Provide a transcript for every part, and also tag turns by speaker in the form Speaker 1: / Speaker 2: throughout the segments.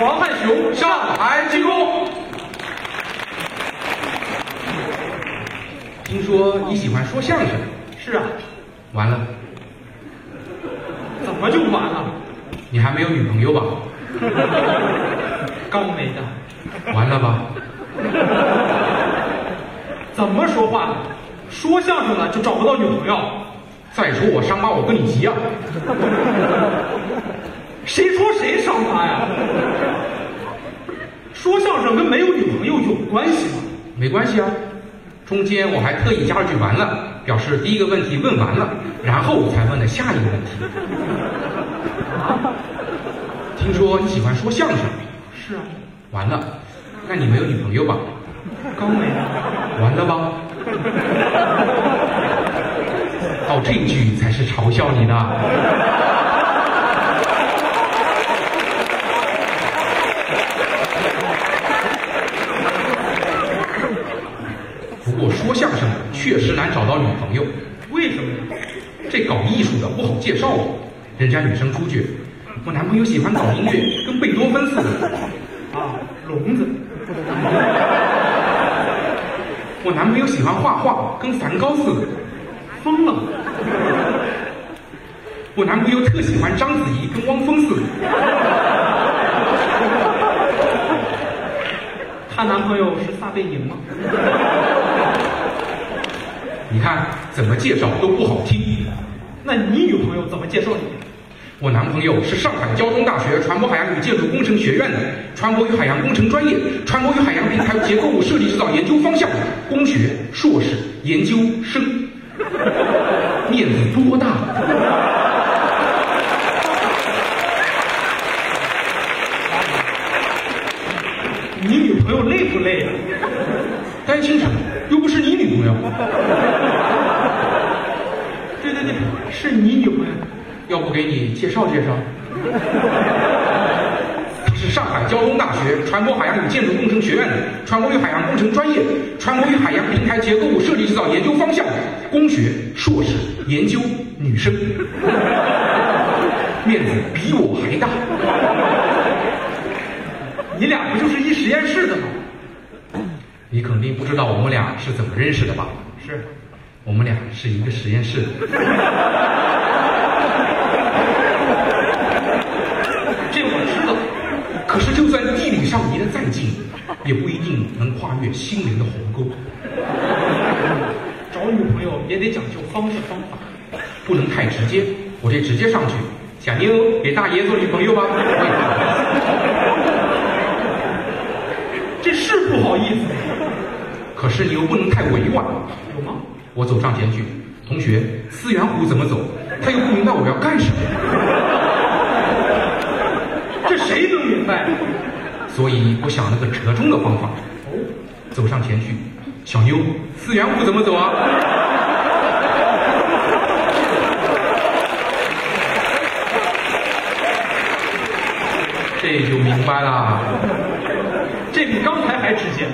Speaker 1: 王汉雄上台鞠躬。听说你喜欢说相声，
Speaker 2: 是啊，
Speaker 1: 完了，
Speaker 2: 怎么就完了？
Speaker 1: 你还没有女朋 友吧？
Speaker 2: 刚没的，
Speaker 1: 完了吧？
Speaker 2: 怎么说话呢？说相声呢就找不到女朋友，
Speaker 1: 再说我伤疤，我跟你 急啊！
Speaker 2: 谁说谁伤疤呀？说相声跟没有女朋友有关系吗？
Speaker 1: 没关系啊，中间我还特意加了句“完了”，表示第一个问题问完了，然后我才问的下一个问 题。听说你喜欢说相声，
Speaker 2: 是啊，
Speaker 1: 完了，那你没有女朋友吧？
Speaker 2: 刚没啊的，
Speaker 1: 完了 吧？哦，这句才是嘲笑你的。不过说相声的确实难找到女朋友，
Speaker 2: 为什么呀？
Speaker 1: 这搞艺术的不好介绍啊。人家女生出去，我男朋友喜欢搞音乐，跟贝多芬似的。
Speaker 2: 啊，聋子，
Speaker 1: 我男朋友喜欢画画，跟梵高似的。
Speaker 2: 疯了，
Speaker 1: 我男朋友特喜欢章子怡，跟汪峰似的。
Speaker 2: 她男朋友是撒贝宁吗？
Speaker 1: 你看怎么介绍都不好听。
Speaker 2: 那你女朋友怎么介绍你？
Speaker 1: 我男朋友是上海交通大学传播海洋与建筑工程学院的，传播与海洋工程专业，传播与海洋平台结构物设计制造研究方向，工学硕士研究生，面子多大？
Speaker 2: 你女朋友累不累啊？
Speaker 1: 担心什么？又不是你女朋友。
Speaker 2: 对对对，是你女朋友。
Speaker 1: 要不给你介绍介绍？他是上海交通大学传播海洋与建筑工程学院的，传播与海洋工程专业，传播与海洋平台结构物设计制造研究方向，工学硕士研究女生， 面子比我还大。
Speaker 2: 你俩不就是一实验室的吗？
Speaker 1: 你肯定不知道我们俩是怎么认识的吧？
Speaker 2: 是，
Speaker 1: 我们俩是一个实验室的。
Speaker 2: 这我知道。
Speaker 1: 可是，就算地理上离得再近，也不一定能跨越心灵的鸿沟，
Speaker 2: 找女朋友也得讲究方式方法。
Speaker 1: 不能太直接。我这直接上去，小妞给大爷做女朋友吧。
Speaker 2: 这是不好意思，
Speaker 1: 可是你又不能太委婉。
Speaker 2: 有吗？
Speaker 1: 我走上前去，同学，思源湖怎么走？他又不明白我要干什么，
Speaker 2: 这谁能明白？
Speaker 1: 所以我想了个折中的方法。
Speaker 2: 哦
Speaker 1: 走上前去，小妞，思源湖怎么走啊？这就明白啦。
Speaker 2: 这比刚才还直接，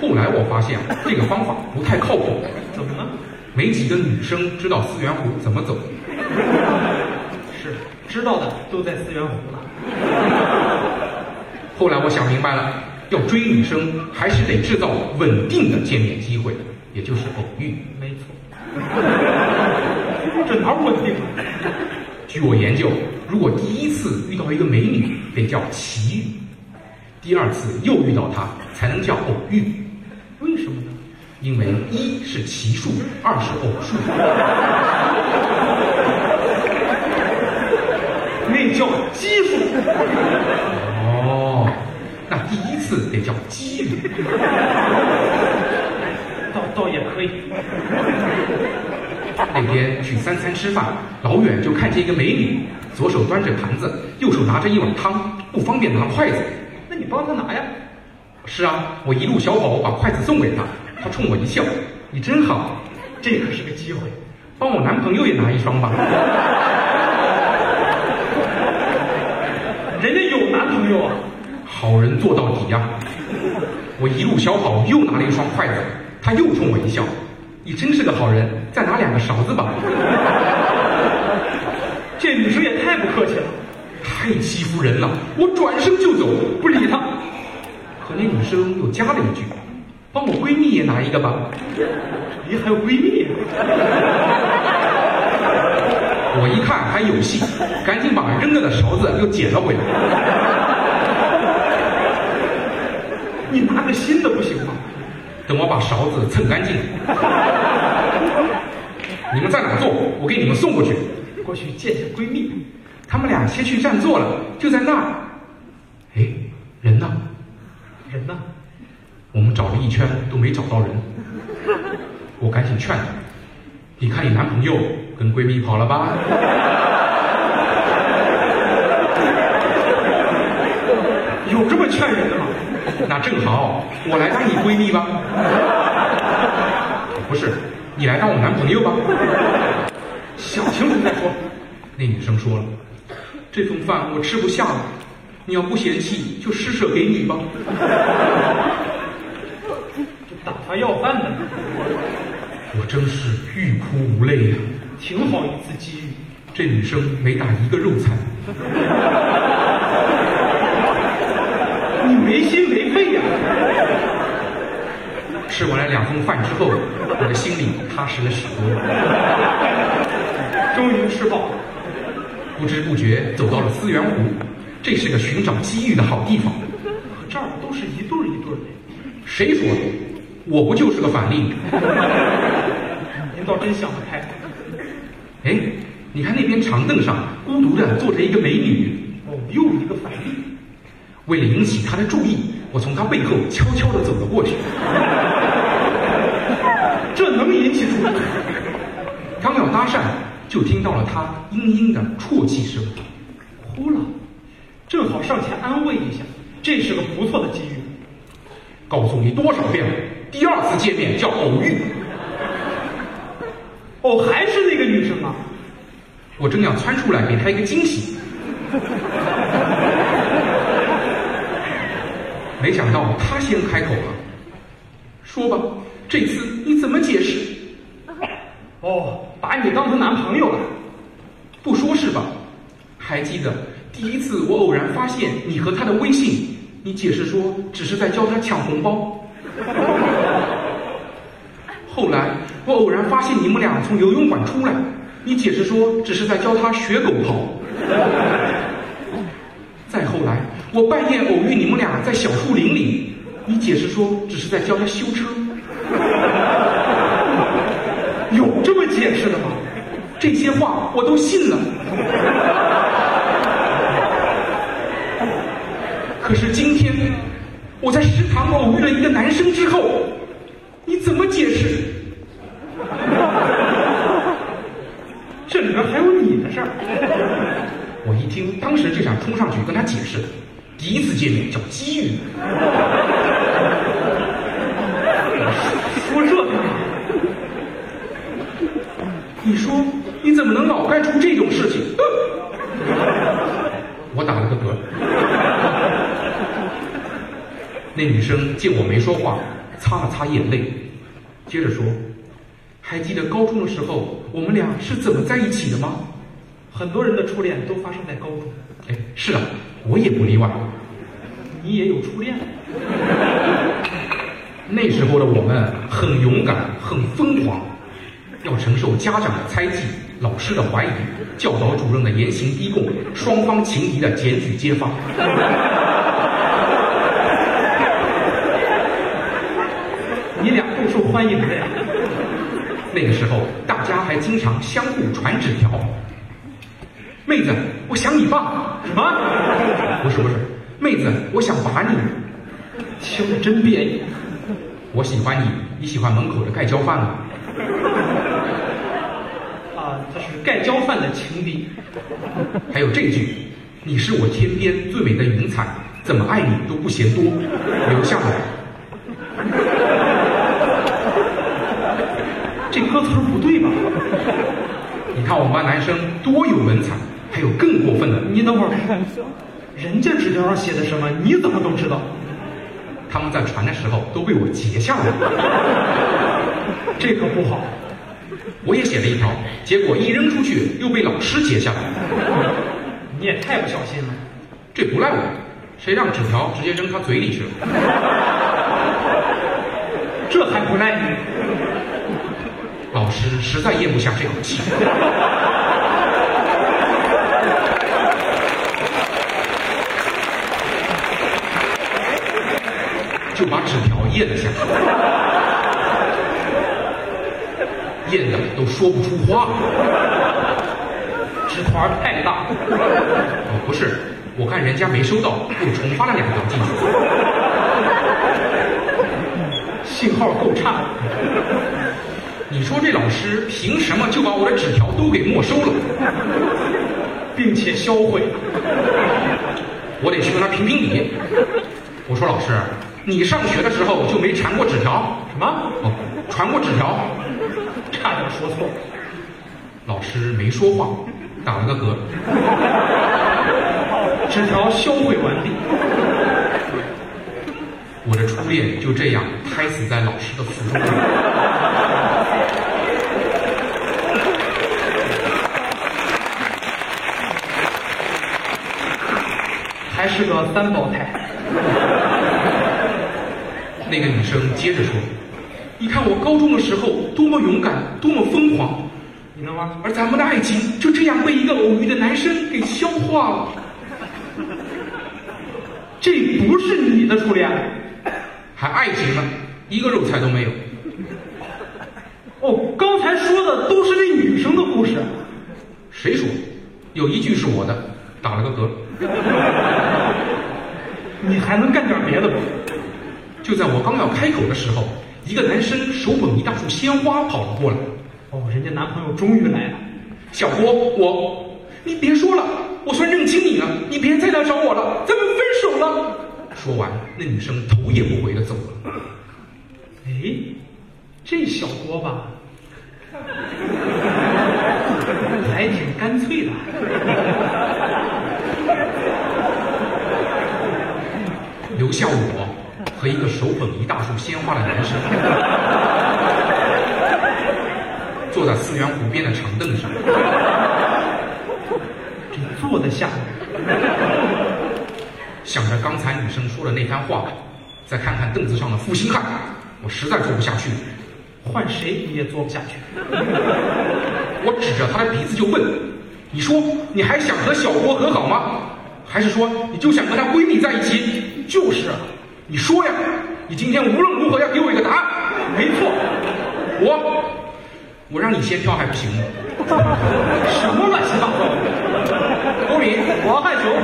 Speaker 1: 后来我发现这个方法不太靠谱，
Speaker 2: 怎么了？
Speaker 1: 没几个女生知道思源湖怎么走。
Speaker 2: 是知道的都在思源湖了。
Speaker 1: 后来我想明白了，要追女生还是得制造稳定的见面机会，也就是偶遇。
Speaker 2: 没错，这哪儿稳定啊？
Speaker 1: 据我研究，如果第一次遇到一个美女，得叫奇遇；第二次又遇到她，才能叫偶遇。
Speaker 2: 为什么呢？
Speaker 1: 因为一是奇数，二是偶数。
Speaker 2: 那叫基数。
Speaker 1: 哦，那第一次得叫机遇，
Speaker 2: 倒倒也可以。
Speaker 1: 那天去三餐吃饭，老远就看见一个美女，左手端着盘子，右手拿着一碗汤，不方便拿筷子。
Speaker 2: 那你帮他拿呀？
Speaker 1: 是啊，我一路小跑把筷子送给她，她冲我一笑：“你真好，
Speaker 2: 这可是个机会。
Speaker 1: 帮我男朋友也拿一双吧。
Speaker 2: 人家有男朋友啊，”
Speaker 1: 好人做到底呀、我一路小跑又拿了一双筷子，她又冲我一笑：“你真是个好人，再拿两个勺子吧。”
Speaker 2: 这女生也太不客气了。
Speaker 1: 还太欺负人了！我转身就走，不理他。可那女生又加了一句：“帮我闺蜜也拿一个吧。”
Speaker 2: 咦，还有闺蜜？
Speaker 1: 我一看还有戏，赶紧把扔了的勺子又捡了回来。
Speaker 2: 你拿个新的不行吗？
Speaker 1: 等我把勺子蹭干净，你们在哪坐？我给你们送过去。
Speaker 2: 过去见见闺蜜。
Speaker 1: 他们俩先去占座了，就在那儿。哎，人呢？
Speaker 2: 人呢？
Speaker 1: 我们找了一圈都没找到人。我赶紧劝她：“你看你男朋友跟闺蜜跑了吧？”
Speaker 2: 有这么劝人的吗？
Speaker 1: 那正好，我来当你闺蜜吧。不是，你来当我男朋友吧。
Speaker 2: 想清楚再说。
Speaker 1: 那女生说了：“这顿饭我吃不下了，你要不嫌弃就施舍给你吧。”
Speaker 2: 这打发要饭的，
Speaker 1: 我真是欲哭无泪呀、
Speaker 2: 挺好一次机遇。
Speaker 1: 这女生没打一个肉菜，
Speaker 2: 你没心没肺呀、
Speaker 1: 吃完了两份饭之后，我的心里踏实了许多。
Speaker 2: 终于吃饱了。
Speaker 1: 不知不觉走到了思源湖，这是个寻找机遇的好地方。
Speaker 2: 可这儿都是一对儿一对儿的，
Speaker 1: 谁说的？我不就是个反例吗？
Speaker 2: 您倒真想得开。
Speaker 1: 哎，你看那边长凳上孤独的坐着一个美女，
Speaker 2: 哦，又一个反例。
Speaker 1: 为了引起她的注意，我从她背后悄悄地走了过去。
Speaker 2: 这能引起注意？
Speaker 1: 刚要搭讪，就听到了她嘤嘤的啜泣声。
Speaker 2: 哭了，正好上前安慰一下，这是个不错的机遇。
Speaker 1: 告诉你多少遍了，第二次见面叫偶遇。
Speaker 2: 哦，还是那个女生啊？
Speaker 1: 我正要窜出来给她一个惊喜，没想到她先开口了，说吧，这次你怎么解释？
Speaker 2: 哦，把你当成男朋友了？
Speaker 1: 不说是吧？还记得第一次我偶然发现你和他的微信，你解释说只是在教他抢红包。后来我偶然发现你们俩从游泳馆出来，你解释说只是在教他学狗刨。再后来我半夜偶遇你们俩在小树林里，你解释说只是在教他修车。
Speaker 2: 有这么解释的吗？
Speaker 1: 这些话我都信了。可是今天我在食堂偶遇了一个男生之后，你怎么解释？
Speaker 2: 这里边还有你的事儿。
Speaker 1: 我一听，当时就想冲上去跟他解释。第一次见面叫机遇，
Speaker 2: 说这干嘛？
Speaker 1: 你说你怎么能老干出这种事情？ 我打了个嗝。那女生见我没说话，擦了擦眼泪，接着说：“还记得高中的时候我们俩是怎么在一起的吗
Speaker 2: 很多人的初恋都发生在高中，？”
Speaker 1: 哎，是啊，我也不例外。
Speaker 2: 你也有初恋？
Speaker 1: 那时候的我们很勇敢，很疯狂，要承受家长的猜忌、老师的怀疑、教导主任的严刑逼供、双方情敌的检举揭发。
Speaker 2: 你俩够受欢迎的呀。
Speaker 1: 那个时候，大家还经常相互传纸条：“妹子，我想你爸。
Speaker 2: 什么？”
Speaker 1: 不是不是，妹子，我想把你。
Speaker 2: 听着真别扭。
Speaker 1: 我喜欢你，你喜欢门口的盖浇饭吗？
Speaker 2: 啊，这是盖浇饭的情敌。
Speaker 1: 还有这句：“你是我天边最美的云彩，怎么爱你都不嫌多，留下来。”
Speaker 2: 这歌词儿不对吧？
Speaker 1: 你看我们班男生多有文采，还有更过分的，
Speaker 2: 你等会儿，人家纸条上写的什么，你怎么都知道？
Speaker 1: 他们在传的时候都被我截下来了。
Speaker 2: 这可不好。
Speaker 1: 我也写了一条，结果一扔出去又被老师截下来。
Speaker 2: 你也太不小心了。
Speaker 1: 这不赖我，谁让纸条直接扔他嘴里去了？
Speaker 2: 这还不赖你？
Speaker 1: 老师哦实在咽不下这口气。 就把纸条咽了下去，咽的都说不出话了。
Speaker 2: 纸团太大，
Speaker 1: 哦，不是，我看人家没收到，又重发了两条进去。
Speaker 2: 信号够差。
Speaker 1: 你说这老师凭什么就把我的纸条都给没收了，
Speaker 2: 并且销毁？
Speaker 1: 我得去跟他评评理。我说老师，你上学的时候就没缠过纸条？
Speaker 2: 什么？
Speaker 1: 哦，传过纸条？
Speaker 2: 差点说错。
Speaker 1: 老师没说话，打了个嗝。
Speaker 2: 纸条销毁完毕。
Speaker 1: 我的初恋就这样胎死在老师的腹中。
Speaker 2: 还是个三胞胎。
Speaker 1: 那个女生接着说：“你看我高中的时候多么勇敢，多么疯狂，
Speaker 2: 你能吗？
Speaker 1: 而咱们的爱情就这样被一个偶遇的男生给消化了。
Speaker 2: 这不是你的初恋，
Speaker 1: 还爱情呢，一个肉菜都没有。
Speaker 2: 哦，刚才说的都是那女生的故事。
Speaker 1: 谁说？有一句是我的，打了个嗝。
Speaker 2: 你还能干点别的不？”
Speaker 1: 就在我刚要开口的时候，一个男生手捧一大束鲜花跑了过来。
Speaker 2: 哦，人家男朋友终于来了。
Speaker 1: 小郭，我，你别说了，我算认清你了，你别再来找我了，咱们分手了。说完，那女生头也不回的走了。
Speaker 2: 哎，这小郭吧， 还挺干脆的。
Speaker 1: 留下我和一个手捧一大束鲜花的男生，坐在思源湖边的长凳上。
Speaker 2: 这坐得下吗？
Speaker 1: 想着刚才女生说的那番话，再看看凳子上的负心汉，我实在坐不下去，
Speaker 2: 换谁你也坐不下去。
Speaker 1: 我指着他的鼻子就问：“你说你还想和小郭和好吗？还是说你就想和她闺蜜在一起？”
Speaker 2: 就是啊，
Speaker 1: 你说呀，你今天无论如何要给我一个答案。
Speaker 2: 没错，
Speaker 1: 我我让你先挑还不行吗？
Speaker 2: 什么乱七八糟！
Speaker 1: 郭敏，
Speaker 2: 王汉雄，